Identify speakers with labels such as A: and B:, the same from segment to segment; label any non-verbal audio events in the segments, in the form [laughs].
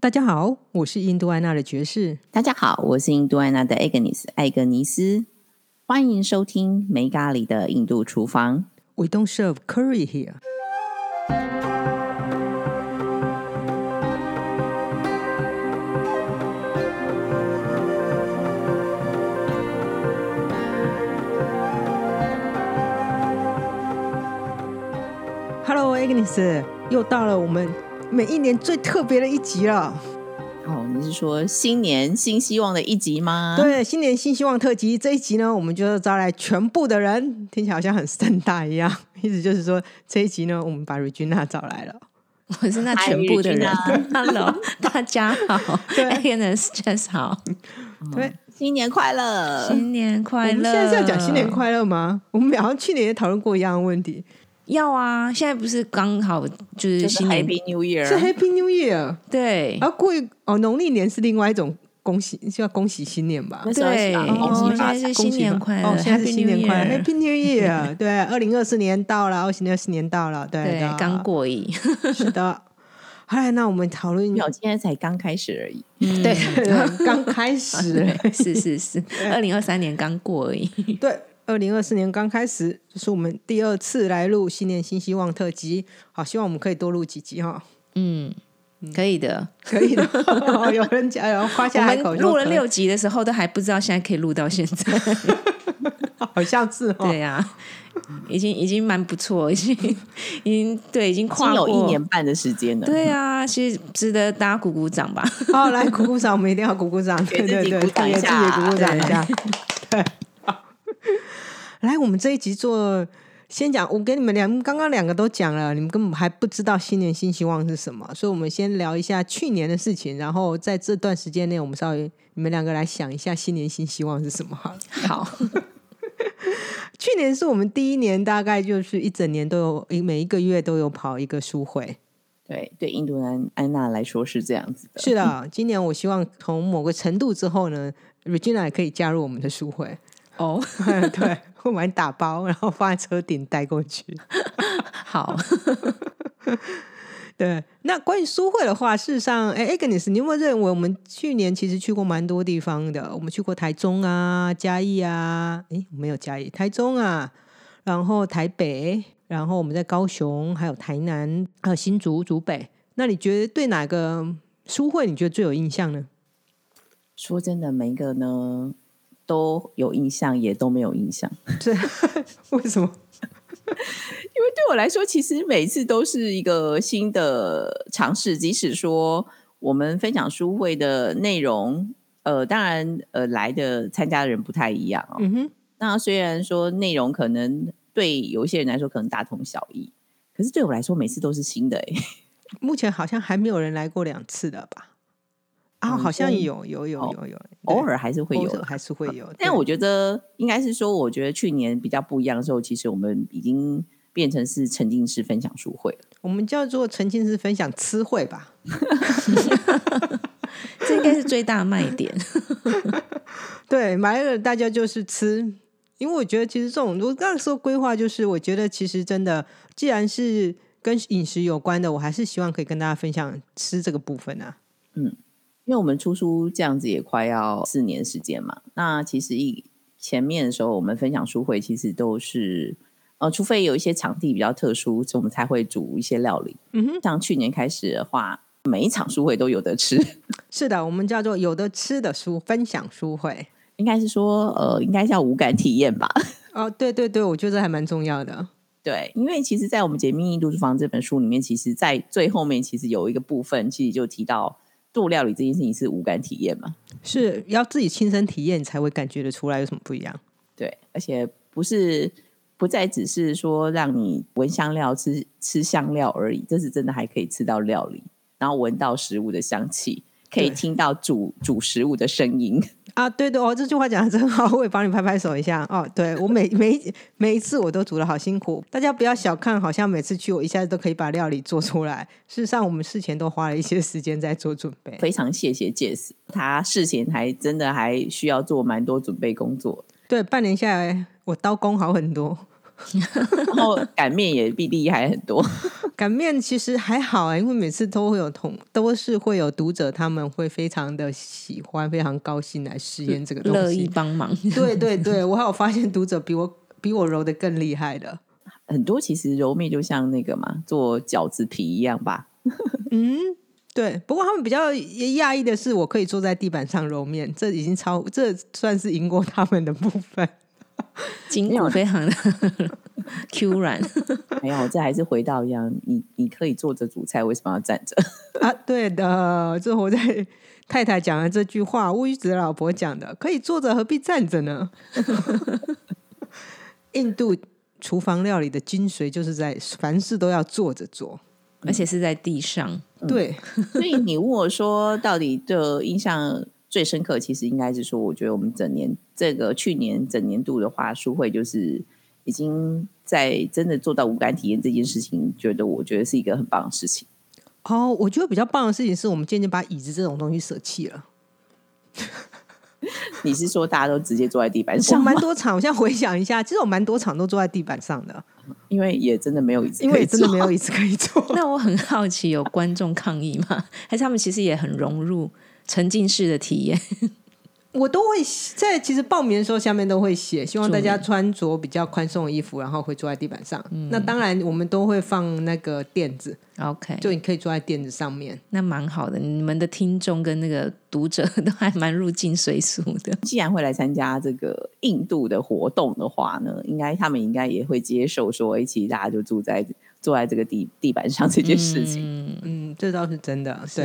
A: 大家好，我是印度安娜的爵士。
B: 大家好，我是印度安娜的艾格尼斯，艾格尼斯，欢迎收听没咖喱的印度厨房。
A: We don't serve curry here。Hello Agnes，又到了我们每一年最特别的一集了。
B: 哦，你是说新年新希望的一集
C: 啊
B: 吗？，
A: 对，新年新希望特辑这一集呢，我们就是招来全部的人，听起来好像很盛大一样。意思就是说，这一集呢，我们把 Regina 找来了。
C: 我是那全部的人。Hello，大 [laughs] 家好
A: 对啊
C: [laughs] a n s Jess 好，
A: 对，
B: 新年快乐！
C: 新年快
A: 呃我们
C: 乐！
A: 现在是要讲新年快乐吗？我们好像去年也讨论过一样的问题，
C: 要啊！现在不是刚好就是
B: 就是
C: 新年
B: Happy New
A: 是
B: Year，
A: Happy New Year，
C: 对
A: 然后过一哦农历年是另外一种恭喜，就要恭喜新年吧。
B: 那时候
C: 对，
B: 是啊
C: 哦
B: 恭喜
C: 现
B: 发财
C: 在
A: 恭
C: 是新
A: 喜
C: 年
A: 吧
C: 快乐
A: 哦！现在是
C: Happy
A: 新年
C: New
A: 快乐
C: Year
A: ，Happy New Year！对，
C: [laughs]
A: 二零二四年到了，二零二四年到了，对
C: 对
A: 的，
C: 刚过瘾，
A: 是的。好，那我们讨论
B: 没有，今天才刚开始而已。
C: 对 [laughs]
A: 刚开始，
C: 嗯对，是是是，二零二三年刚过瘾，
A: 对，二零二四年刚开始，就是我们第二次来录新年新希望特辑。好，希望我们可以多录几集哈，
C: 嗯，可以的。
A: 可以
C: [laughs]
A: 的。哦有人加油，夸
C: 我
A: 下海口
C: 们
A: 就
C: 录了
A: 可以
C: 六，集的时候都还不知道现在可以录到现在，
A: 好像是哦。
C: 对呀、已经已经蛮不错，已经已经对已经
B: 已经
C: 跨
B: 有
C: 过
B: 一年半的时间了，
C: 对啊，其实值得大家鼓鼓掌吧。
A: [laughs] 好，哦来鼓鼓掌，我们一定要鼓鼓掌，对
B: 给
A: 对
B: 自己
A: 对，
B: 鼓
A: 对
B: 掌一
A: 自己
B: 下
A: 鼓鼓掌一下。 [laughs] 对，好来，我们这一集做。先讲，我给你们两刚刚两个都讲了，你们根本还不知道新年新希望是什么，所以我们先聊一下去年的事情，然后在这段时间内，我们稍微你们两个来想一下新年新希望是什么好了。
C: [laughs] 好，
A: 去年是我们第一年，大概就是一整年都有，一每一个月都有跑一个书会。
B: 对对，印度安安娜来说是这样子的。
A: 是的，今年我希望从某个程度之后呢，Regina 也可以加入我们的书会。
C: 哦，
A: [laughs] 对，我把你打包，然后放在车顶带过去。
C: 好，
A: 对，那关于书会的话，事实上，哎，Agnes，你有没有认为我们去年其实去过蛮多地方的？我们去过台中啊、嘉义啊，哎，没有嘉义，台中啊，然后台北，然后我们在高雄，还有台南，还有新竹、竹北。那你觉得对哪个书会你觉得最有印象呢？
B: 说真的，每一个呢都有印象，也都没有印象。
A: [laughs] 为什么？
B: 因为对我来说，其实每次都是一个新的尝试。即使说我们分享书会的内容，呃，当然呃来的参加的人不太一样哦。
A: 嗯哼，
B: 那虽然说内容可能对有一些人来说可能大同小异，可是对我来说每次都是新的欸诶。
A: 目前好像还没有人来过两次的吧？啊，
B: 嗯
A: 好像
B: 对
A: 有有有
B: 哦
A: 有有，对
B: 偶尔还是会
A: 偶
B: 有
A: 尔
B: 啦。
A: 还是会有。对
B: 但我觉得应该是说，我觉得去年比较不一样的时候，其实我们已经变成是沉浸式分享书会了。
A: 我们叫做沉浸式分享吃会吧，
C: 这应该是最大卖点。
A: 对，买了大家就是吃。因为我觉得其实这种，我那时候规划就是，我觉得其实真的，既然是跟饮食有关的，我还是希望可以跟大家分享吃这个部分啊。
B: 因为我们出书这样子也快要四年时间嘛，那其实一前面的时候，我们分享书会其实都是，呃，除非有一些场地比较特殊，所以我们才会煮一些料理。
A: 嗯哼，
B: 像去年开始的话，每一场书会都有得吃，
A: 是的，我们叫做有的吃的书分享书会。
B: 应该是说，呃，应该叫无感体验吧。
A: 哦，对对对，我觉得这还蛮重要的。
B: 对，因为其实，在我们《解密印度厨房》这本书里面，其实在最后面其实有一个部分，其实就提到做料理这件事情是无感体验嘛。
A: 是要自己亲身体验，你才会感觉得出来有什么不一样。
B: 对，而且不是不再只是说让你闻香料、吃吃香料而已，这是真的还可以吃到料理，然后闻到食物的香气，可以
A: 对
B: 听到煮煮食物的声音。 [laughs]
A: 啊，对对哦，这句话讲的真好，我也帮你拍拍手一下哦。对我每每一每一次我都煮的好辛苦，大家不要小看，好像每次去我一下子都可以把料理做出来。事实上，我们事前都花了一些时间在做准备。
B: 非常谢谢 Jess，他事前还真的还需要做蛮多准备工作。
A: 对，半年下来，我刀工好很多。
B: 然后擀面也比厉害很多。
A: 擀面其实还好啊、因为每次都会有同都是会有读者，他们会非常的喜欢，非常高兴来试验 [laughs] 这个东
C: 乐意
A: 西。
C: 帮忙。
A: 对对对，我还有发现读者比我比我揉的更厉害的。
B: 很多其实揉面就像那个嘛，做饺子皮一样吧。
A: 嗯，对。不过他们比较讶异的是，我可以坐在地板上揉面，这已经超这算是赢过他们的部分。 [laughs]
C: 筋骨非常的 Q 软，
B: 没有，这还是回到一样，你你可以坐着煮菜，为什么要站着？
A: 啊，对的，这我在太太讲的这句话，乌鱼子的老婆讲的，可以坐着何必站着呢？ [laughs] 印度厨房料理的精髓就是在凡事都要坐着做，
C: 而且是在地上。
A: 对，
B: 所以你问我说，到底的印象最深刻，其实应该是说，我觉得我们整年这个去年整年度的话，书会就是已经在真的做到无感体验这件事情，觉得我觉得是一个很棒的事情。
A: 哦，我觉得比较棒的事情是我们渐渐把椅子这种东西舍弃了。
B: 你是说大家都直接坐在地板
A: 我
B: 上吗
A: 蛮？多场，我现在回想一下，其实我蛮多场都坐在地板上的，
B: 因为也真的没有椅子可以
A: 因
B: 坐，
A: 为真的没有椅子可以坐。
C: 那我很好奇，有观众抗议吗？还是他们其实也很融入沉浸式的体验？ [laughs]
A: 我都会写在其实报名的时候下面都会写，希望大家穿着比较宽松的衣服，然后会坐在地板上。那当然我们都会放那个垫子，
C: OK，
A: 就你可以坐在垫子上面。
C: 那蛮好的，你们的听众跟那个读者 [laughs] 都还蛮入境随俗的。
B: 既然会来参加这个印度的活动的话呢，应该他们应该也会接受说，哎，其实大家就住在坐在这个地地板上这件事情。
C: 嗯，
A: 嗯，这倒是真的。对，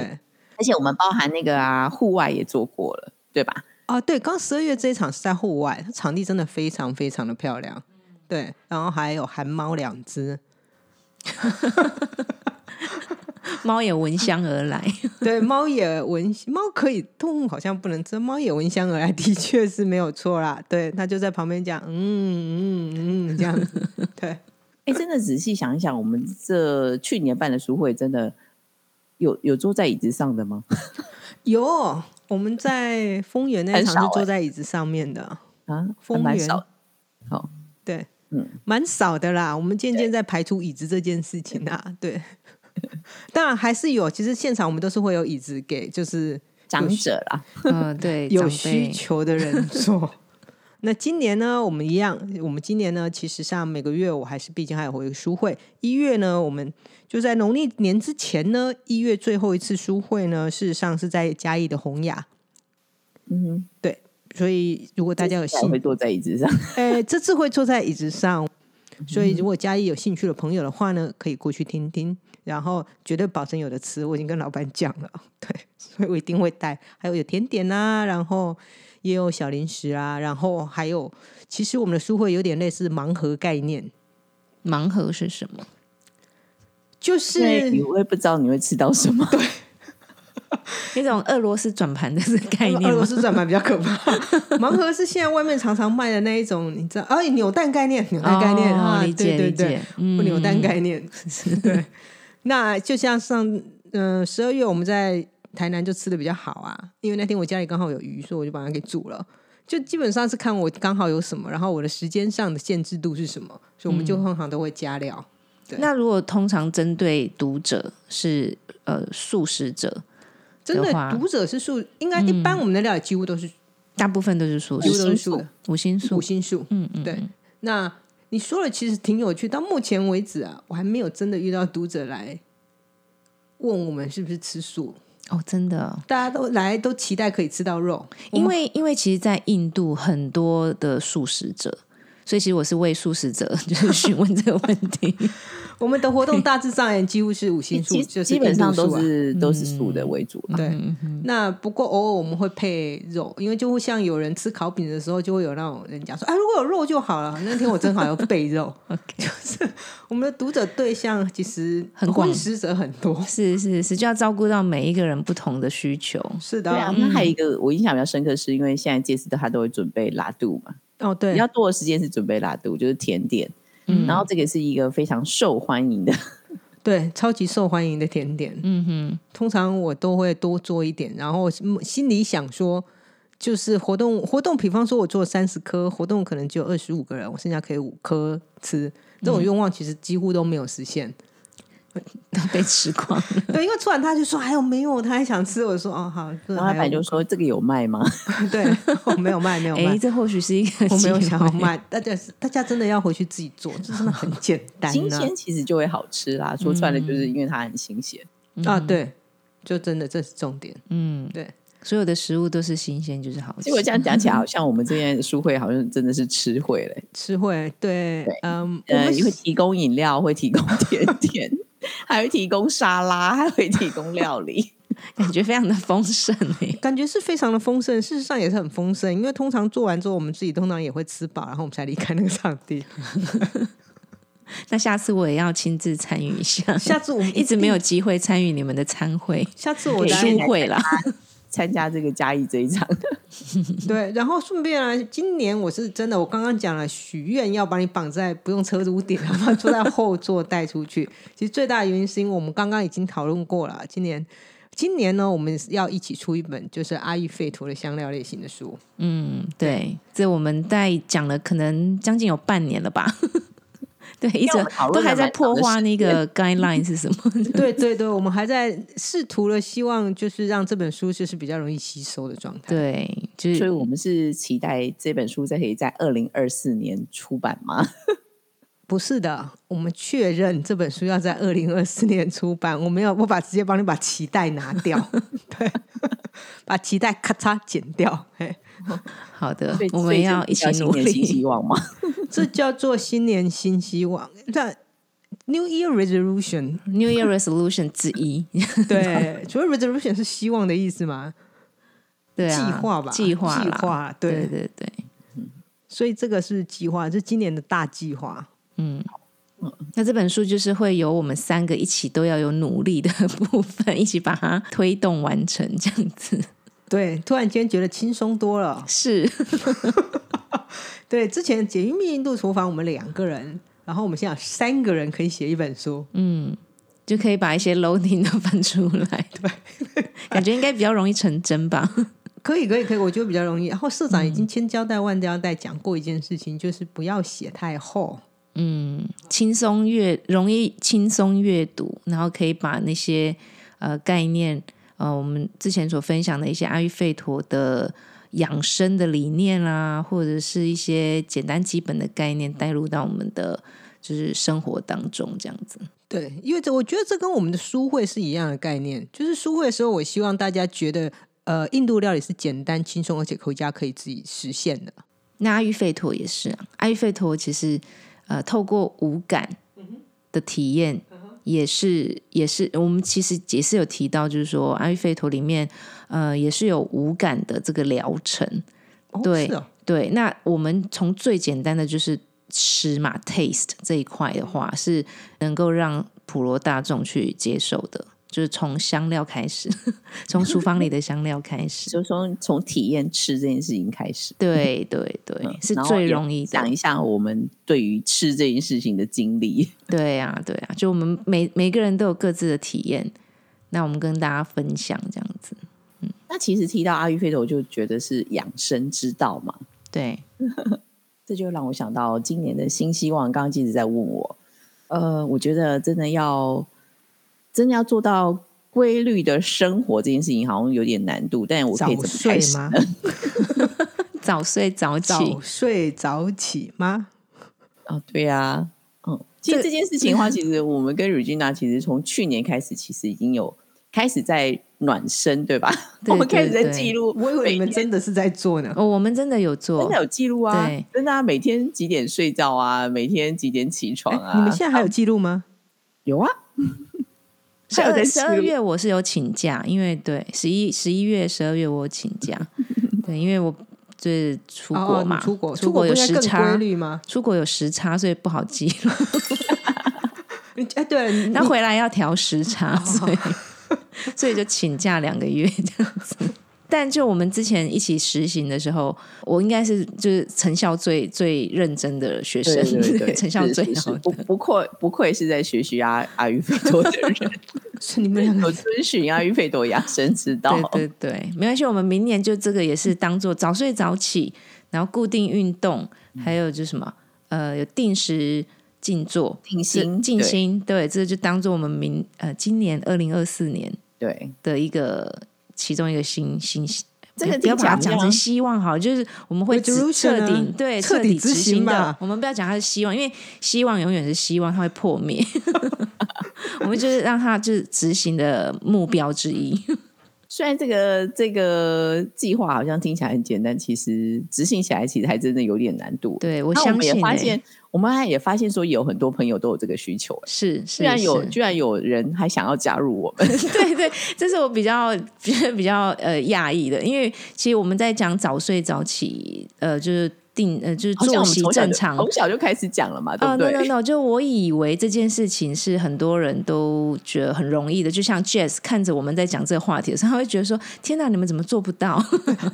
B: 而且我们包含那个啊，户外也做过了，对吧？
A: 哦，对，刚十二月这一场是在户外，它场地真的非常非常的漂亮。对，然后还有韩猫两 [laughs] 只，
C: 猫也闻香而
A: [laughs]
C: 来，
A: 对，猫也闻猫可以，动物好像不能吃，猫也闻香而来， [laughs] 的确是没有错啦。对，它就在旁边讲，嗯嗯嗯，这样 [laughs] 子，对。
B: 哎，真的仔细想一想，我们这去年办的书会，真的有有坐在椅子上
A: [laughs]
B: 的吗？
A: 有，我们在丰原那一
B: 很
A: 场
B: 少
A: 是坐
B: 欸
A: 在椅子上面的，
B: 啊，还
A: 丰
B: 蛮
A: 原
B: 少的。好、
A: 对，
B: 嗯，
A: 蛮少的啦。我们渐渐在排除椅子这件事情啊，对。当然还是有，其实现场我们都是会有椅子给，就是
B: 长者啦，
C: 嗯， [laughs] 对，
A: 有
C: 长
A: 需
C: 辈
A: 求的 [laughs] 人坐。那今年呢，我们一样，我们今年呢，其实像每个月我还是毕竟还有回书会。一月呢，我们就在农历年之前呢，一月最后一次书会呢，事实上是在嘉义的洪雅。
B: 嗯哼，
A: 对，所以如果大家有
B: 才
A: 兴
B: [laughs] 会坐在椅子上。
A: [laughs] 呃，这次会坐在椅子上，所以如果嘉义有兴趣的朋友的话呢，可以过去听听，然后绝对保证有的吃。我已经跟老板讲了， [laughs] 对，所以我一定会带，还有有甜点啊，然后也有小零食啊，然后还有，其实我们的书会有点类似盲盒概念，
C: 盲盒是什么？
A: 就
B: 因为你
A: 是。呃
B: 会不知道你会吃到什么。对，
C: 那种俄罗斯转盘的 [laughs] 这个概
A: 俄
C: 念
A: 罗
C: 吗？
A: 斯转盘比较可怕， [laughs] 盲盒是现在外面常常卖的那一种，你知道？哎，扭蛋概念，扭蛋概念、
C: 哦
A: 啊，
C: 理
A: 对
C: 解
A: 对
C: 理
A: 对，
C: 解，嗯
A: 不扭蛋概念。
C: [laughs]
A: 对，那就像上嗯十二月我们在台南就吃的比较好啊，因为那天我家里刚好有鱼，所以我就把它给煮了。就基本上是看我刚好有什么，然后我的时间上的限制度是什么，所以我们就通常都会加料。
C: 嗯
A: 对
C: 那如果通常针对读者是呃素食者，
A: 真
C: 的
A: 的，
C: 话
A: 读者是素，应该一般我们的料理几乎都是、
C: 大部分都是素
A: 几乎
C: 食，
A: 都是素的，
C: 五星素
A: 五，星素。
C: 嗯嗯，
A: 对，那你说的其实挺有趣。到目前为止啊，我还没有真的遇到读者来问我们是不是吃素，
C: 哦，真的哦，
A: 大家都来都期待可以吃到肉，
C: 因为因为其实，在印度很多的素食者。所以其实我是为素食者， [laughs] 就是询问这个问题。
A: 我们的活动大致上也几乎是五星素，
B: 基
A: 就是
B: 基本上
A: 印度
B: 都
A: 素啊嗯
B: 是都是素的为主啦。
A: 对。那不过偶尔我们会配肉，因为就会像有人吃烤饼的时候，就会有那种人讲说：“哎，如果有肉就好了。”那天我正好有备
B: [laughs]
A: 肉，就是我们的读者对象其实
C: 很广
A: 荤食者很多。
C: 是是是，就要照顾到每一个人不同的需求。
A: 是的
B: 对啊，那还有一个我印象比较深刻，是因为现在戒斯的他都会准备拉肚嘛，
A: 哦对，嗯
B: 比较多的时间是准备拉肚，就是甜点。然后这个是一个非常受欢
A: [laughs]
B: 迎的，
A: 对，超级受欢迎的嗯甜点。嗯哼，通常我都会多做一点，然后心心里想说，就是活动活动，比方说我做三十颗活动，可能只有二十五个人，我剩下可以五颗吃，这种愿望其实几乎都没有实现。
C: 都被吃光了。
A: 对，因为突然他就说还有没有，他还想吃，我就说哦好，
B: 然后老板就说：“这个有卖吗？”
A: 对，我没有卖，没有 [laughs] 卖。
C: 哎，这或许是一个
A: 我没 [laughs] 有
C: 机
A: 想要
C: 会，
A: 卖，大家是大家真的要回去自己做，这真的 [laughs] 很简单啊
B: 新
A: 呢嗯
B: 鲜其实就会好吃啦。说穿了，就是因为它很新鲜。
A: 啊对，就真的这是重点。
C: 嗯，
A: 对，
C: 所有的食物都是新鲜，就是好吃
B: 结。果这样讲起来，好像我们这边的书会好像真的是吃会嘞。
A: 吃会对，嗯，我
B: 呃，
A: 们
B: 也会提供饮料，会提供甜点， [laughs] 还会提供沙拉，还会提供料理。 [laughs]
C: 感觉非常的丰盛 [laughs] 诶。
A: 感觉是非常的丰盛，事实上也是很丰盛，因为通常做完之后，我们自己通常也会吃饱，然后我们才离开那个场地。
C: 那下次我也要亲自参
B: [laughs]
C: 与一下，
A: 下次我们
C: 一直没有机会参与你们的餐会、
A: 下次我
B: 对
A: 来
B: 是
C: 书会啦。
B: 参加这个嘉义这一场，
A: 对，然后顺便啊，今年我是真的，我刚刚讲了，许愿要把你绑在不用车屋顶，然后坐在后座带出去。 [laughs] 其实最大的原因是因为我们刚刚已经讨论过了，今年今年呢，我们要一起出一本就是阿育吠陀的香料类型的书。 [laughs]
C: 嗯，对，这我们在讲了，可能将近有半年了吧。 [laughs] 对，一直
B: 我们讨
C: 都
B: 论了
C: 还在
B: 蛮
C: 破
B: 长的
C: 坏
B: 时
C: 那个 guideline 是什么？
B: [laughs]
A: 对对对，我们还在试图了，希望就是让这本书就是比较容易吸收的状态。
C: 对，就
B: 所以
C: 是
B: 我们是期待这本书在可以在二零二四年出版吗？
A: 不是的，我们确认这本书要在二零二四年出版。我没有，我把直接帮你把脐带拿掉，
C: [laughs]
A: 对，把脐带咔嚓剪掉。嘿
C: 好的
B: 所以，
C: 我
B: 所
C: 们
B: 以这
C: 要
B: 比
C: 一起
B: 较
C: 努
B: 新年新
C: 力。
B: 希望吗？
A: 这叫做新年新希望。那 New Year Resolution，
C: New Year Resolution 之一，
A: [laughs] 对，除了 Resolution 是希望的意思嘛？
C: 对啊，
A: 计划吧，
C: 计划啦，
A: 计划，对，
C: 对对对，
A: 所以这个是计划，这是今年的大计划。
C: 那这本书就是会有我们三个一起都要有努力的 [laughs] 部分，一起把它推动完成，这样子
A: 对，突然间觉得轻松多了。
C: 是
A: 对，之前《解密密印度厨房》我们两个人，然后我们现在有三个人可以写一本书。
C: 就可以把一些 loading 都分出来，对，感觉应该比较容易成真吧？
A: 可以，可以，可以，我觉得比较容易。然后社长已
C: 嗯
A: 经千交代万交代讲过一件事情，就是不要写太厚。
C: 轻松阅，容易轻松阅读，然后可以把那些呃概念，呃，我们之前所分享的一些阿育吠陀的养生的理念啦、或者是一些简单基本的概念带入到我们的就是生活当中，这样子。
A: 对，因为这我觉得这跟我们的书会是一样的概念，就是书会的时候，我希望大家觉得，呃，印度料理是简单、轻松，而且回家可以自己实现的。
C: 那阿育吠陀也是啊，阿育吠陀其实呃，透过五感的体验，也是也是我们其实也是有提到，就是说阿育吠陀里面呃也是有五感的这个疗程。
A: 哦
C: 对
A: 是哦，
C: 对，那我们从最简单的就是吃嘛，taste 这一块的话，
B: 嗯
C: 是能够让普罗大众去接受的，就是从香料开始， [laughs] 从厨房里的香料
B: [laughs]
C: 开始。
B: [laughs] 就从从体验吃这件事情开始，
C: 对对对，
B: 嗯
C: 是
B: 然后
C: 最
B: 也
C: 容易的
B: 讲。一下我们对于吃这件事情的经历。
C: 对啊，对啊，就我们每每个人都有各自的体验，那我们跟大家分享这样子。
B: 那其实提到阿育吠陀，我就觉得是养生之道嘛。
C: 对，
B: 这就让我想到今年的新希望。刚刚记者在问我，呃，我觉得真的要真的要做到规律的生活这件事情，好像有点难度。但我可
A: 早
B: 以怎么
A: 睡
B: 开始？
A: 吗？
C: 早睡早起，
A: 早睡早起吗？
B: 哦，对呀、啊，嗯，其实这件事情的话，其实我们跟 Regina 其实从去年开始，其实已经有开始在暖身，对
A: [laughs]
B: 吧？
C: 对
B: 我们开始在
C: 对
B: 记录，
A: 我以为你们真的是在做呢。
C: 哦，我们真的有做，
B: 真的有记录啊
C: 对，
B: 真的啊，每天几点睡觉啊，每天几点起床
A: 哎
B: 啊，
A: 你们现在还有记录吗？
B: 有啊，
C: 十
B: 还有
C: 二
B: 在
C: 十二
B: 吃
C: 月我是有请假，因为对十一十一月十二月我有请
A: [laughs]
C: 假，对，因为我就是出
A: 哦
C: 国
A: 哦
C: 嘛，
A: 你出国，
C: 出
A: 国
C: 有
A: 不应
C: 时
A: 该更规
C: 差，
A: 律吗？
C: 出国有时差，所以不好记录。
A: 你哎，对，你
C: 那回来要调时差，所
B: [laughs]
C: 以所以就请假两个月这样子。但就我们之前一起实行的时候，我应该是就是成效最最认真的学生，
B: 对对
C: [laughs]
B: 对，
C: 成效
B: 是
C: 最
B: 是是
C: 好
B: 不
C: 的。
B: 不愧不愧是在学习阿阿育吠陀的人， [laughs]
A: 是你们 [laughs] 两
B: 有
A: 个
B: 遵循阿育吠陀养生之道。
C: 对对对，没关系，我们明年就这个也是当做早睡早起，然后固定运动，还有就是什么呃，有定时静坐、
B: 静
C: 是
B: 心
C: 静
B: 对
C: 心，对，这就当做我们明呃今年二零二四年
B: 对
C: 的一个其中一个新新。
B: 这个
C: 不要
B: 听起
C: 把它
B: 来
C: 讲
B: 好
C: 成
B: 像
C: 希望好了，就是我们会
A: Resolution
C: 只彻底、
A: 啊
C: 对
A: 彻底
C: 底
A: 执
C: 执
A: 行
C: 的
A: 吧。
C: 我们不要讲它是希望，因为希望永远是希望，它会破灭。 [laughs] 我们就是让它就是执行的目标之一。
B: 虽然这个这个计划好像听起来很简单，其实执行起来其实还真的有点难度。
C: 对我
B: 那
C: 相
B: 们也
C: 信、
B: 发
C: 欸，
B: 现，我们还也发现说，有很多朋友都有这个需求、欸，
C: 是是
B: 居然有
C: 是
B: 居然有人还想要加入我
C: [laughs]
B: 们。
C: 对对，这是我比较 [laughs] 比较呃讶异的，因为其实我们在讲早睡早起，呃，就是定呃就是
B: 好像
C: 作
B: 我们
C: 息
B: 从小
C: 正
B: 就
C: 常。
B: 从小就开始讲了嘛，对
C: 哦、
B: 不
C: n o
B: 对
C: no no，就我以为这件事情是很多人都觉得很容易的，就像 Jess 看着我们在讲这个话题的时候，他会觉得说：“天哪，你们怎么做不到？”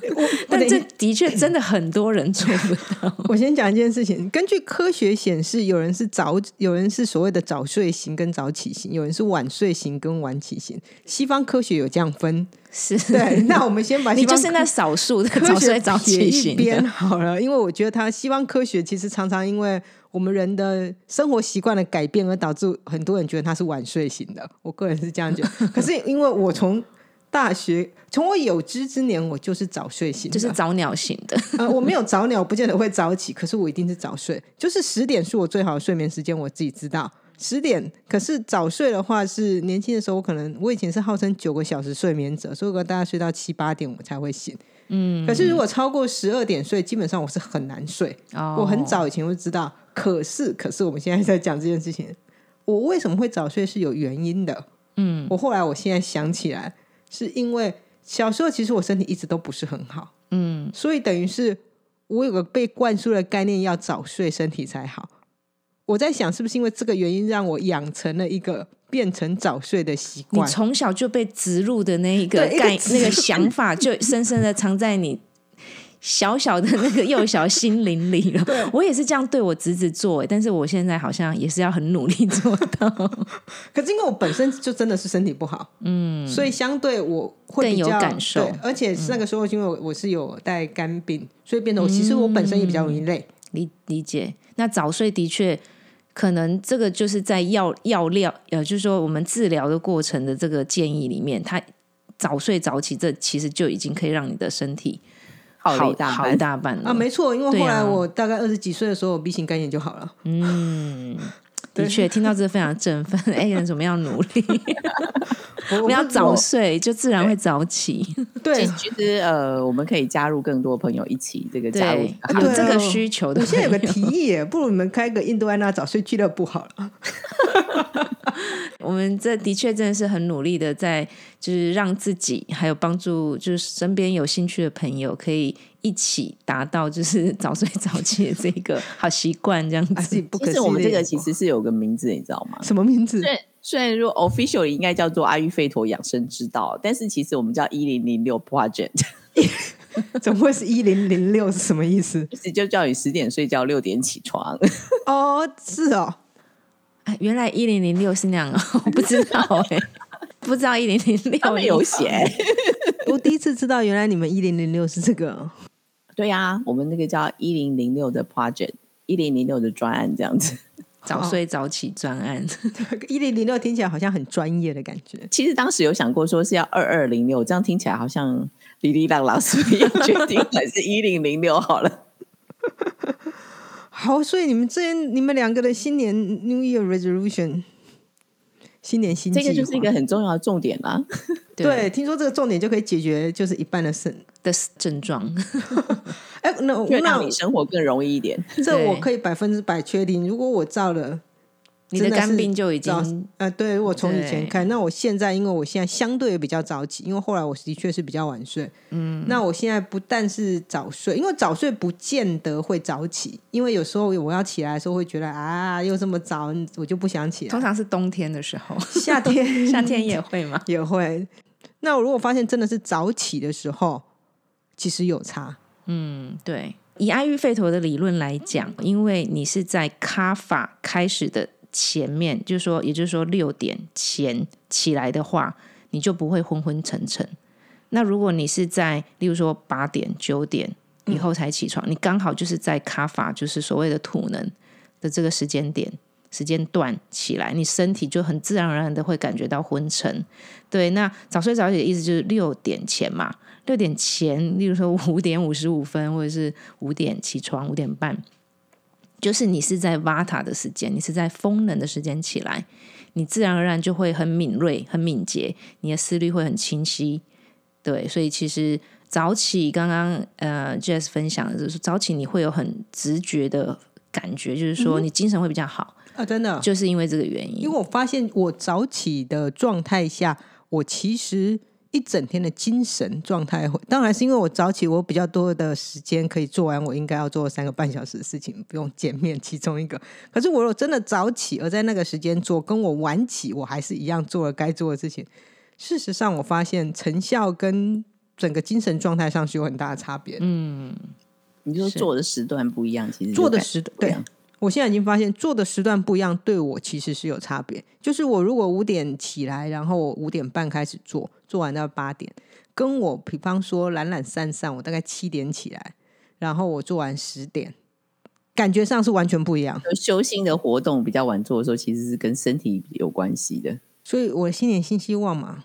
C: [laughs] [laughs] 但
A: 等一
C: 这
A: 下
C: 的确真的很多人做不到。
A: [laughs] 我先讲一件事情，根据科学显示，有人是早，有人是所谓的早睡型跟早起型，有人是晚睡型跟晚起型。西方科学有这样分， [laughs]
C: 是，
A: 对。那我们先把
C: 你
A: 西
C: 就
A: 方
C: 是那少数的
A: 科
C: 早
A: 学
C: 睡早
A: 撇
C: 起
A: 一
C: 型的
A: 边好了，因为我觉得它西方科学其实常常因为我们人的生活习惯的改变而导致很多人觉得它是晚睡型的。我个人是这样觉 [laughs] 得，可是因为我从大学从我有知之年，我就是早睡型的，
C: 就是早鸟型的。
A: 呃，我没有早鸟，不见得会早起，可是我一定是早睡。就是十点是我最好的睡眠时间，我自己知道。十点，可是早睡的话是年轻的时候，我可能我以前是号称九个小时睡眠者，所以我大概睡到七八点我才会醒。嗯，可是如果超过十二点睡，基本上我是很难睡。
C: 哦
A: 我很早以前就知道，可是可是我们现在在讲这件事情，我为什么会早睡是有原因的。嗯，我后来我现在想起来，是因为小时候其实我身体一直都不是很好。嗯，所以等于是我有个被灌输的概念，要早睡身体才好。我在想，是不是因为这个原因，让我养成了一个变成早睡的习
C: 你
A: 惯？
C: 从小就被植入的那一个
A: 对一个
C: 概
A: 植入
C: 那个想法，就深深的藏在你小小的那个幼小心灵里了。我也是这样对我侄子做、欸，但是我现在好像也是要很努力做到，
A: 可是因为我本身就真的是身体不好，嗯，所以相对我会比较
C: 更有感受
A: 对而且是那个时候因为我我是有带肝病，所以变得我其实我本身也比较容易累。
C: 理理解。那早睡的确。可能这个就是在药药料，呃，就是说我们治疗的过程的这个建议里面，它早睡早起，这其实就已经可以让你的身体
B: 好了
C: 好
B: 一大
C: 好
B: 半
C: 一大半了。
A: 啊，没错，因为
C: 嗯对
A: 后来
C: 啊
A: 我大概二十几岁的时候，我 B 型肝炎就好了。
C: 的
A: [laughs]
C: 确，听到这非常振奋。 [laughs] 哎，人怎么要努力？
A: 我
C: 我们要早
A: 我
C: 睡，就自然会早起。
A: 对
B: 其，其实呃，我们可以加入更多朋友一起这个加入
C: 对，
B: 这个
A: 对
C: 有
A: 啊
C: 这个需求的
A: 我
C: 朋
A: 现在有
C: 友。
A: 个提议耶，不如你们开个印度安娜早睡俱乐部好了。
C: 我们这的确真的是很努力的，在就是让自己还有帮助，就是身边有兴趣的朋友可以一起达到就是早睡早起的这
A: [laughs]
C: 个好习惯，这样
A: 啊，自己
C: 子。
A: 不可思
B: 其
A: 议
B: 实
A: 的
B: 我们这个
A: 眼
B: 其
A: 光
B: 实是有个名字，你知道吗？
A: 什么名字？
B: 虽然虽然说 official 应该叫做阿育吠陀养生之道，但是其实我们叫一零零六 project， [laughs]
A: 怎么会是一零零六是什么意思？
B: 就是就叫你十点睡觉，六点起 [laughs] 床。
A: 哦，是哦，
C: 哎原来一零零六是那样哦，我不知
A: [laughs]
C: 道哎、不知道一零零六
B: 他们有写， [laughs]
A: 我第一次知道原来你们一零零六是这个。哦
B: 对呀、我们那个叫一零零六的 project，一零零六的专案这样子。 [laughs]
C: 早
A: 哦
C: 睡早起专案。
A: [laughs]
C: [laughs]
A: 一零零六听起来好像很专业的感觉，
B: 其实当时有想过说是要二二零六，这样听起来好像哩哩浪浪，所以决定 [laughs] 还是一零零六好了。
A: 好，所以你们之前你们两个的新年 New Year Resolution，新年新计
B: 这
A: 划
B: 个就是一个很重要的重点啦、
A: 对，听说这个重点就可以解决就是一半的肾。
C: 的症状。
A: 哎，那那
B: 就让你生活更容易一点。
A: 这我
C: 对
A: 可以百分之百确定，如果我照了。
C: 你的
A: 真是
C: 肝病就已经
A: 早呃，对我从以前看，那我现在因为我现在相对比较早起，因为后来我的确是比较晚睡，嗯，那我现在不但是早睡，因为早睡不见得会早起，因为有时候我要起来的时候会觉得啊，又这么早，我就不想起
C: 通
A: 来。
C: 常是冬天的
A: [laughs]
C: 时候，
A: 夏天
C: [laughs] 夏天也会吗？
A: 也会。那我如果发现真的是早起的时候，其实有差，
C: 嗯，对。以阿育吠陀的理论来讲，因为你是在卡法开始的前面，就是说，也就是说六点前起来的话，你就不会昏昏沉沉。那如果你是在，例如说八点、九点以后才起床，你刚好就是在卡法，就是所谓的土能的这个时间点、时间段起来，你身体就很自然而然的会感觉到昏沉。对，那早睡早起的意思就是六点前嘛，六点前，例如说 [laughs] 五点五十五分或者是五点起床，五点半，就是你是在 Vata 的时间，你是在风能的时间起来，你自然而然就会很敏锐、很敏捷，你的思虑会很清晰。对，所以其实早起，刚刚呃 Jess 分享的就是早起你会有很直觉的感觉，就是说你精神会比较好，
A: 啊，真的，
C: 就是因为这个原因
A: 因。为我发现我早起的状态下，我其实一整天的精神状态会，当然是因为我早起，我有比较多的时间可以做完我应该要做三个半小时的事情，不用见面其中一个。可是我如果真的早起，而在那个时间做，跟我晚起，我还是一样做了该做的事情。事实上，我发现成效跟整个精神状态上是有很大的差别的。
B: 你就做的时段不一样，其实就
A: 做的
B: 感
A: 时
B: 不一
A: 对
B: 样，
A: 我现在已经发现做的时段不一样，对我其实是有差别。就是我如果五点起来，然后我五点半开始做，做完到八点，跟我比方说懒懒散散，我大概七点起来，然后我做完十点，感觉上是完全不一样。
B: 就修心的活动比较晚做的时候，其实是跟身体有关系的。
A: 所以我新年新希望嘛。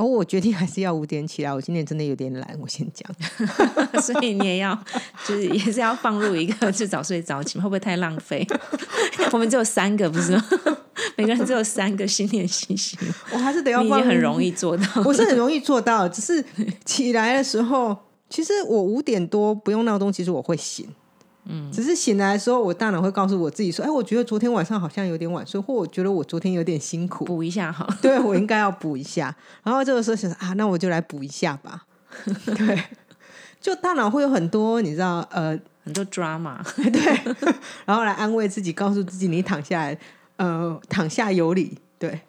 A: 而、我决定还是要五点起来。我今年真的有点懒，我先讲。 [laughs]
C: [laughs] 所以你也要，就是也是要放入一个，就早睡早起嘛，会不会太浪费？ [laughs] 我们只有三个，不是吗？ [laughs] 每个人只有三个新年信息，
A: 我还是得要
C: 你已
A: 放
C: 经很容易做到。
A: [laughs] 我是很容易做到，只 [laughs] 是起来的时候，其实我五点多不用闹钟，其实我会醒。嗯，只是醒来的时候，我大脑会告诉我自己说：“哎，我觉得昨天晚上好像有点晚睡，或我觉得我昨天有点辛 [laughs] 苦，
C: 补一下哈，
A: 对我应该要补一下。”然后这个时候想啊，那我就来补一下吧。 [laughs] 对，就大脑会有很多你知道呃，
C: 很多 drama，
A: 然后来安慰自己，告诉自己你躺下来，呃，躺下有理。对，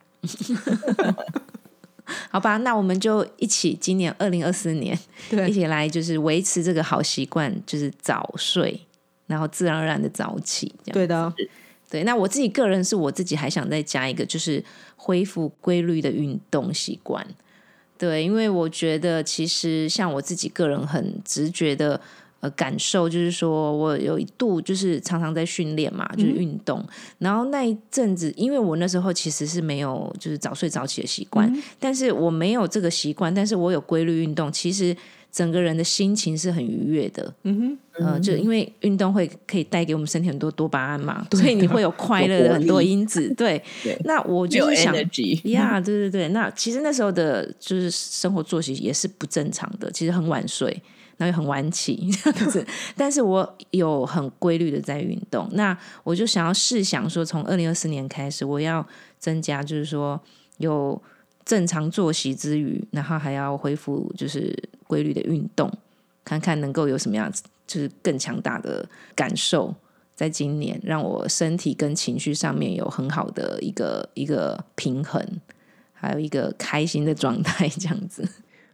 C: 好吧？那我们就一起今年二零二四年，
A: 对
C: 一起来就是维持这个好习惯，就是早睡，然后自然而然的早起，这样
A: 对的，哦
C: 对，那我自己个人是我自己还想再加一个，就是恢复规律的运动习惯。对，因为我觉得其实像我自己个人很直觉的呃感受，就是说我有一度就是常常在训练嘛，就是运动。然后那一阵子，因为我那时候其实是没有就是早睡早起的习惯，但是我没有这个习惯，但是我有规律运动，其实整个人的心情是很愉悦的。
A: 嗯
C: 呃，
B: 嗯
C: 就因为运动会可以带给我们身体很多多巴胺嘛，所以
B: 啊
C: 你会有快乐的很多
B: [laughs]
C: 因子。对，
B: 对
C: 那我
B: 有
C: 就是想。
B: energy，
C: 呀对对对，那其实那时候的就是生活作息也是不正常的，其实很晚睡，然后也很晚起 [laughs] 这样子。但是我有很规律的在运动，那我就想要试想说，从二零二四年开始，我要增加，就是说有正常作息之余，然后还要恢复就是规律的运动，看看能够有什么样子，就是更强大的感受。在今年，让我身体跟情绪上面有很好的一个一个平衡，还有一个开心的状态， [laughs] 这样子。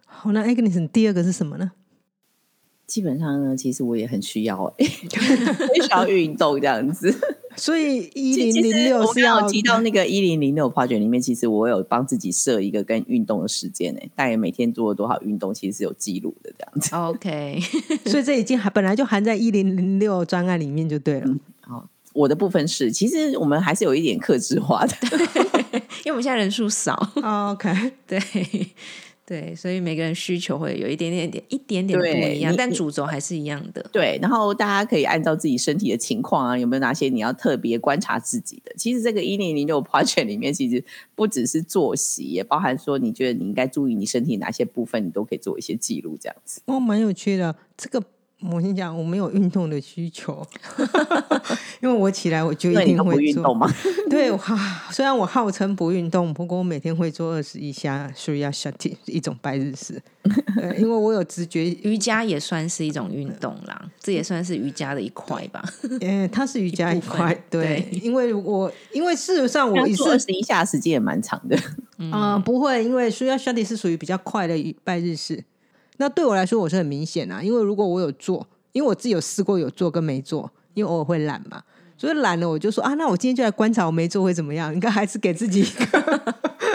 A: 好，那 Agnes 第二个是什么呢？
B: 基本上呢，其实我也很需要、
A: [laughs]
B: 欸，很需要运动这样子。
A: 所以一
B: 其
A: 零
B: 其
A: 零
B: 实
A: 六
B: 我
A: 是
B: 刚刚
A: 要
B: 有提
A: [laughs]
B: 到那个一零零六 project 里面，其实我有帮自己设一个跟运动的时间诶、大概每天做了多少运动，其实是有记录的这样子。
C: OK， [laughs]
A: 所以这已经含本来就含在一零零六专案里面就对了。
B: 我的部分是，其实我们还是有一点克制化的，
C: 因为我们现在人数少，
B: 嗯
A: [laughs] OK，
C: 对对，所以每个人需求会有一点点点一点点的不
B: 对
C: 一样，
B: 你
C: 但主轴还是一样的。
B: 对。然后大家可以按照自己身体的情况啊，有没有哪些你要特别观察自己的？其实这个一零零六 project 里面，其实不只是作息，也包含说你觉得你应该注意你身体哪些部分，你都可以做一些记录这样子。
A: 哦，蛮有趣的。这个我先讲，我没有运动的需
B: [laughs]
A: 求，因为我起来我就
B: 那
A: 一
B: 你
A: 定
B: 都不
A: 会
B: 运
A: 做。
B: 动吗？
A: 对，哇，虽然我号称不运动，不过我每天会做二十一下 s h 下 y a 一种拜日
B: [laughs]
A: 式，对，因为我有直觉，
C: 瑜伽也算是一种运动啦，这也算是瑜伽的一块吧。
A: 呃，它是瑜伽一
C: 部分
A: 块，对，因为我因为事实上 [laughs] 我一
B: 做二
A: 次
B: 十一下时间也蛮长的。嗯
A: 啊、不会，因为 Suya s h a t i 是属于比较快的一拜日式。那对我来说，我是很明显啊，因为如果我有做，因为我自己有试过有做跟没做，因为偶尔会懒嘛。所以懒了，我就说啊，那我今天就来观察我没做会怎么样？你看，还是给自己一个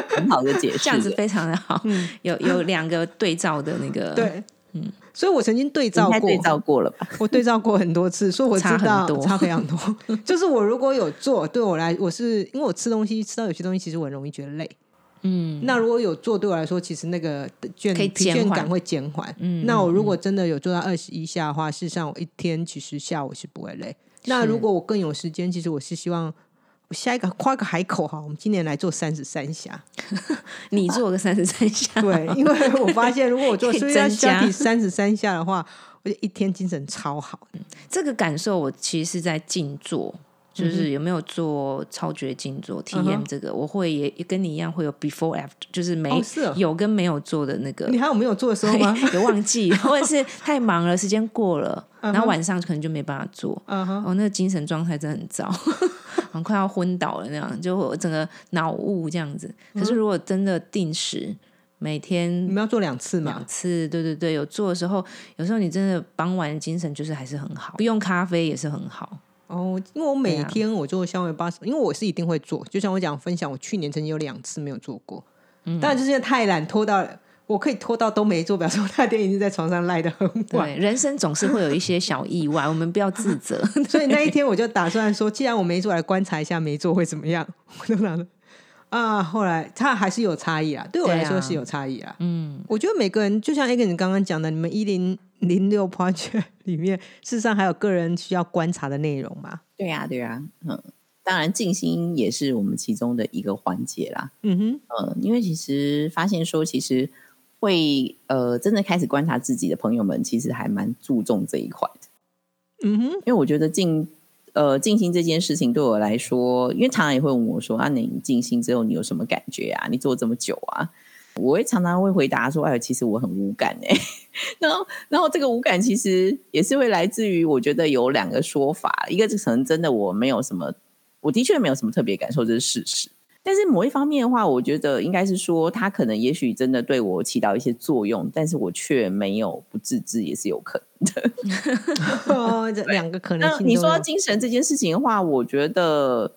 B: 很好的嗯解释。
C: 这样子非常的好，有有两个对照的那个，
A: 对，， [laughs] 嗯。所以我曾经对照哦
B: 应该
A: 过，
B: 对照过了吧？
C: [laughs]
A: 我对照过很多次，所以我知
C: 差很
A: 道
C: 多
A: 差非常
C: [laughs]
A: 多。就是我如果有做，对我来，我是因为我吃东西吃到有些东西，其实我很容易觉得累。
C: 嗯，
A: 那如果有做，对我来说，其实那个倦
C: 可以
A: 疲
C: 减
A: 倦
C: 缓
A: 感会减缓。
C: 嗯
A: 那我如果真的有做到二十一下的话，事实上我一天其实下午是不会累。那如果我更有时间，其实我是希望我下一个夸个海口哈，我们今年来做三十三
C: [laughs]
A: 下。
C: 你做个三十三下，
A: 对，因为我发现如果我做
C: 可以
A: 所以要
C: 增加
A: 加体三十三下的话，我就一天精神超
C: [laughs]
A: 好。
C: 这个感受我其实是在静坐，就是有没有做超觉静坐体
A: 嗯
C: 验
A: 哼
C: 这个，我会也也跟你一样会有 before after，就是没、
A: 哦是哦
C: 有跟没有做的那个
A: 你。还有没有做的时候吗？
C: [laughs] 有
A: [laughs]
C: 忘记，或者是太忙了，时间过了，然
A: 嗯
C: 后
A: 哼
C: 晚上可能就没办法做。
A: 嗯哼，
C: 哦，那个精神状态真的很糟， [laughs] 很快要昏倒了那样，就我整个脑雾这样子。可
A: 嗯
C: 是如果真的定时，每天
A: 你们要做两次嘛
C: 两？次，对对对，有做的时候，有时候你真的傍晚精神就是还是很好，不用咖啡也是很好。
A: 哦，因为我每
C: 对啊
A: 天我做香味八十，因为我是一定会做。就像我讲分享，我去年曾经有两次没有做过，
C: 嗯
A: 当然就是因为太懒，拖到我可以拖到都没做，表示我那天已经在床上赖的很晚。
C: [laughs] 对，人生总是会有一些小意外，我们不要自责。 [laughs]
A: 所以那一天我就打算说，既然我没做，来观察一下没做会怎么样。我就拿着啊，后来它还是有差异啦，对我
C: 对啊
A: 来说是有差异啦。
C: 嗯，
A: 我觉得每个人就像 A 个你刚刚讲的，你们一零零六 project 里面，事实上还有个人需要观察的内容嘛。
B: 对呀、对呀、嗯，当然静心也是我们其中的一个环节啦。
A: 嗯哼，
B: 呃，因为其实发现说，其实会呃真的开始观察自己的朋友们，其实还蛮注重这一块的。
A: 嗯哼，
B: 因为我觉得静呃静心这件事情对我来说，因为常常也会问我说啊，你静心之后你有什么感觉啊？你做这么久啊？我会常常会回答说，哎，其实我很无感哎、 [laughs] 然后，然后这个无感其实也是会来自于，我觉得有两个说法，一个是可能真的我没有什么，我的确没有什么特别感受，这是事实。但是某一方面的话，我觉得应该是说，他可能也许真的对我起到一些作用，但是我却没有不自知，也是有可能。
A: 哦，
B: [laughs]
A: 这两个可能
B: 那
A: 性。
B: 你说到精神这件事情的话，我觉得，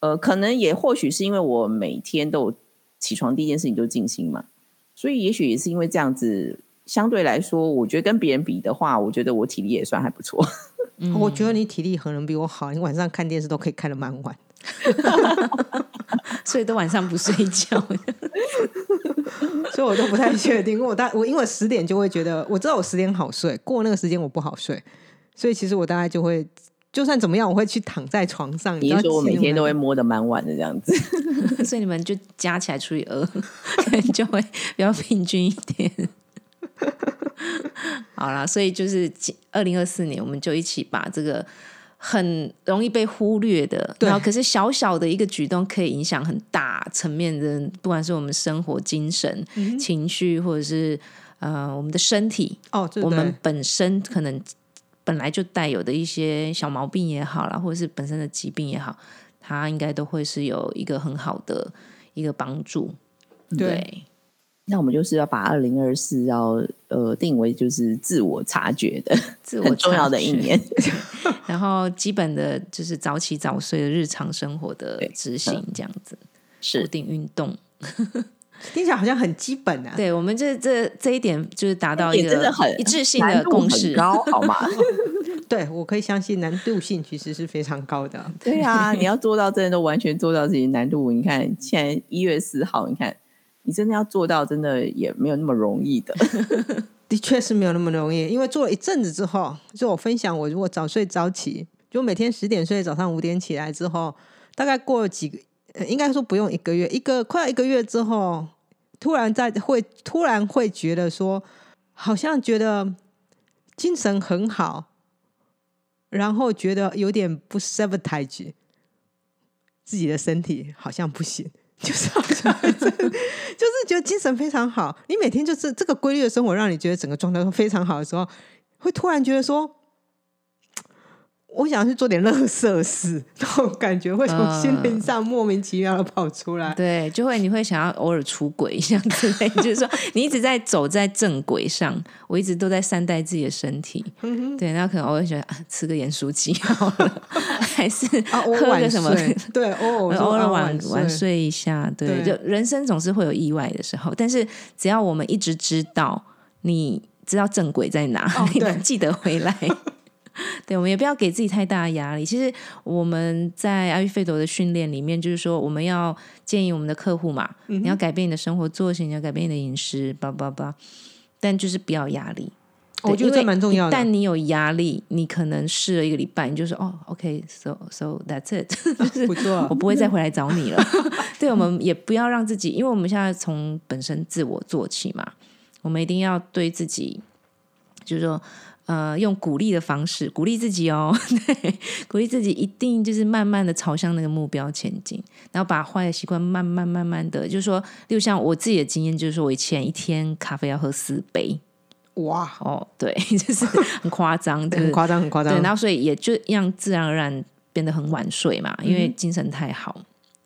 B: 呃，可能也或许是因为我每天都有起床第一件事情就静心嘛，所以也许也是因为这样子，相对来说，我觉得跟别人比的话，我觉得我体力也算还不
C: [laughs]
B: 错。
C: 嗯
A: 我觉得你体力可能比我好，你晚上看电视都可以看得蛮晚。
C: 所以都晚上不睡觉。
A: 所以我都不太确定。因为我大我因为我十点就会觉得，我知道我十点好睡，过那个时间我不好睡，所以其实我大概就会，就算怎么样，我会去躺在床上。
B: 你
A: 知道
B: 是说我每天都会
A: 起
B: 摸得蛮晚的这样子？ [laughs]
C: [laughs] 所以你们就加起来除以二， [laughs] 可能就会比较平均一点。 [laughs] 好啦，所以就是二零二四年，我们就一起把这个很容易被忽略的，
A: 对
C: 然后可是小小的一个举动，可以影响很大层面的，不管是我们生活、精神、情绪，或者是呃我们的身体，
A: 来哦，对
C: 我
A: 对
C: 们本身可能本来就带有的一些小毛病也好啦，或者是本身的疾病也好，它应该都会是有一个很好的一个帮助。
A: 嗯对，
B: 那我们就是要把二零二四要呃定为就是自我察觉的
C: 自我
B: 很重要的
C: 察觉
B: 一年，。 [laughs]
C: 然后基本的就是早起早睡的日常生活的
B: 对嗯
C: 执行，这样子固
B: 是嗯
C: 定运动。
A: 听起来好像很基本啊。
C: 对我们这这这一点就是达到一
B: 哎也
C: 个
B: 真的很
C: 一致性
B: 难
C: 的
B: 度
C: 共
B: 很
C: 识。
B: 高好吗？
A: 对，我可以相信难度性其实是非常高的。
B: [laughs] 对啊，你要做到真的都完全做到自己的难度，你看现在一月四号，你看你真的要做到，真的也没有那么容易的。
A: 的确是没有那么容易，因为做了一阵子之后，就我分享，我如果早睡早起，就每天十点睡，早上五点起来之后，大概过了几个，呃应该说不用一个月，一个快要一个月之后，突然在会突然会觉得说，好像觉得精神很好，然后觉得有点不 sabotage 自己的身体，好像不行， [laughs] 就是好像会这样就是觉得精神非常好。你每天就是这个规律的生活，让你觉得整个状态都非常好的时候，会突然觉得说，我想去做点乐色事，那种感觉会从心灵上莫名其妙的跑出来。
C: 对，就会你会想要偶尔出轨一下之类，就是说你一直在走在正轨上，我一直都在善待自己的身体。
A: 嗯
C: 对，那可能偶尔想、啊、吃个盐酥鸡好了，
A: [laughs]
C: 还是
A: 啊，我
C: 喝个
A: 晚
C: 什么，
A: 睡，对，偶尔
C: 偶尔
A: 啊晚
C: 晚晚睡一下。对，
A: 对
C: 就人生总是会有意外的时候，但是只要我们一直知道，你知道正轨在哪，
A: 哦
C: 你
A: 对
C: 能记得
A: [laughs]
C: 回来。对，我们也不要给自己太大的压力。其实我们在阿育吠陀的训练里面，就是说我们要建议我们的客户嘛，
A: 嗯
C: 你要改变你的生活作息，你要改变你的饮食，叭叭叭。但就是不要压力，
A: 哦我
C: 对
A: 觉得
C: 因为
A: 这蛮重要
C: 一
A: 的
C: 旦。你有压力，你可能试了一个礼拜，你就说哦，OK，so so that's it，就是
A: 不错
C: 我不会再回来找你
A: [laughs]
C: 了。对，我们也不要让自己，因为我们现在从本身自我做起嘛，我们一定要对自己，就是说。呃，用鼓励的方式鼓励自己哦， [laughs] 对，鼓励自己一定就是慢慢的朝向那个目标前进，然后把坏的习惯慢慢慢慢的，就是说，例如像我自己的经验，就是说我以前一天咖啡要喝四杯，
A: 哇，
C: 哦，对，就是很夸张，
A: 对
C: [laughs] 对
A: 很夸张，很夸张
C: 对，。然后所以也就让自然而然变得很晚睡嘛，
A: 嗯
C: 因为精神太好，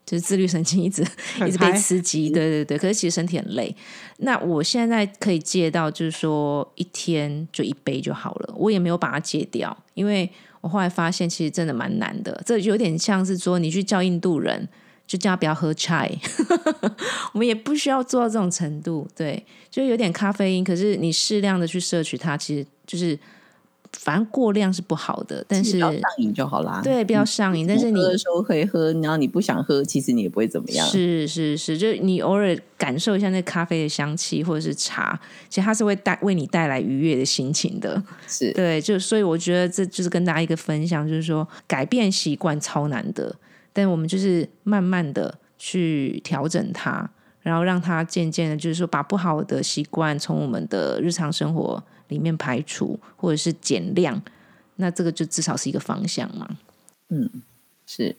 C: 就是自律神经一直
A: 很
C: 一直被
A: 嗨
C: 刺激，对对对。可是其实身体很累。那我现在可以戒到，就是说一天就一杯就好了，我也没有把它戒掉，因为我后来发现其实真的蛮难的，这有点像是说你去叫印度人。就叫他不要喝 chai，我们也不需要做到这种程度，对，就有点咖啡因，可是你适量的去摄取它，其实就是反正过量是不好的， [laughs] 但
B: 其实
C: 是
B: 不要上瘾就好啦。
C: 对，不要上瘾，但是你
B: 喝的时候可以喝，然后你不想喝，其实你也不会怎么样。
C: 是是是，就是你偶尔感受一下那咖啡的香气或者是茶，其实它是会带为你带来愉悦的心情的。
B: 是
C: 对，就所以我觉得这就是跟大家一个分享，就是说改变习惯超难的，但我们就是慢慢的去调整它，然后让它渐渐的，就是说把不好的习惯从我们的日常生活里面排除，或者是减量。那这个就至少是一个方向嘛。
B: 是，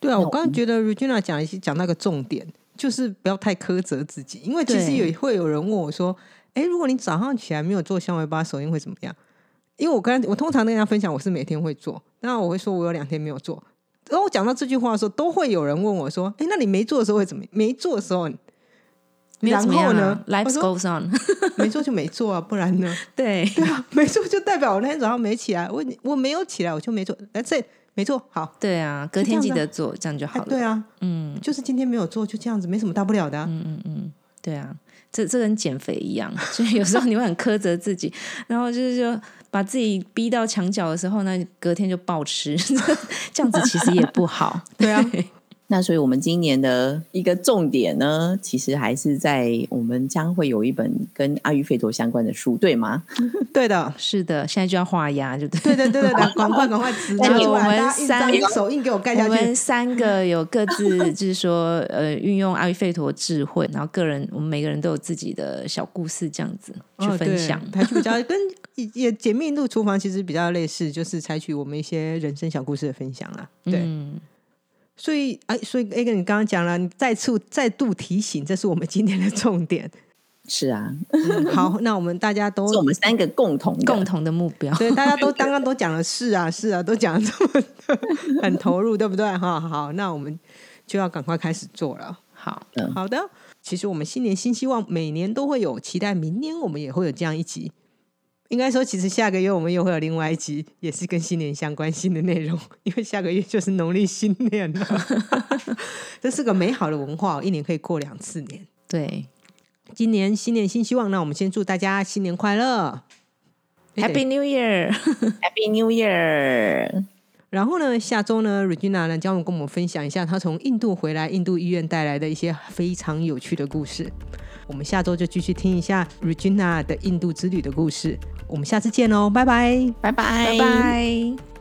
A: 对啊，我
B: 我
A: 刚刚觉得 Regina 讲一些讲到一个重点，就是不要太苛责自己，因为其实
C: 对
A: 也会有人问我说：“哎，如果你早上起来没有做香尾巴手印会怎么样？”因为我刚我通常跟大家分享我是每天会做，那我会说我有两天没有做。然后我讲到这句话的时候，都会有人问我说：“哎，那你没做的时候会怎么？没做的时候，
C: 没有
A: 然
C: 怎么样
A: 后呢
C: 啊、？Life
A: 我
C: s
A: 说
C: goes on，
A: [laughs]
C: [laughs]
A: 没做就没做啊，不然呢？ [laughs]
C: 对，
A: 对啊，没做就代表我那天早上没起来，我我没有起来我就没做，That's it，没做好。”
C: 对啊，隔
A: 这样
C: 天记
A: 的
C: 得做，这样就
A: 哎
C: 好了。
A: 对啊，嗯，就是今天没有做，就这样子，没什么大不了的、
C: 嗯
A: 啊。
C: 对啊，这这跟减肥一样， [laughs] 所以有时候你会很苛责自己， [laughs] 然后就是说把自己逼到墙角的时候呢，隔天就暴吃， [laughs] 这样子其实也
A: [laughs]
C: 不好。
A: 对
C: [laughs]
A: 啊，
B: 那所以我们今年的一个重点呢，其实还是在我们将会有一本跟阿育吠陀相关的书，对吗？
A: 对的，
C: 是的，现在就要画押，就对。
A: 对的，对的，
C: [laughs]
A: 赶赶快赶快指
C: 那
A: 拿
C: 你
A: 出来，
C: 我们
A: 啊大家印
C: 三
A: 章印手印给我盖下
C: 我们
A: 去。
C: 三个有各自
A: [laughs]
C: 就是说，呃，运用阿育吠陀智慧，然后个人，我们每个人都有自己的小故事，这样子去
A: 哦
C: 分
A: 对
C: 享。
A: 采取比较 [laughs] 跟也也解密度厨房其实比较类似，就是采取我们一些人生小故事的分享啦。对，
C: 嗯，
A: 所以哎，所以 A 哥你刚刚讲了，你再次再度提醒，这是我们今天的重点。
B: 是啊，
A: 嗯好，那我们大家
C: [laughs]
A: 都
B: 是我们三个共同的
C: 共同的目
A: [laughs]
C: 标。
A: 对，大家都刚刚都讲了是啊是啊，都讲了这么的 [laughs] 很投入，对不对？哈，好，那我们就要赶快开始做了。
C: 好，
B: 嗯
A: 好的，其实我们新年新希望，每年都会有，期待明年我们也会有这样一集。应该说，其实下个月我们又会有另外一集，也是跟新年相关新的内容，因为下个月就是农历新年了。 [laughs] 这是个美好的文化，一年可以过两次年。
C: 对
A: 今年新年新希望，那我们先祝大家新年快乐
C: ，Happy New Year！
B: Happy New Year，
A: 然后呢，下周呢，Regina 呢将会跟我们分享一下她从印度回来印度医院带来的一些非常有趣的故事。我们下周就继续听一下 Regina 的印度之旅的故事。我们下次见哦，拜拜。
B: 拜拜
C: 拜拜。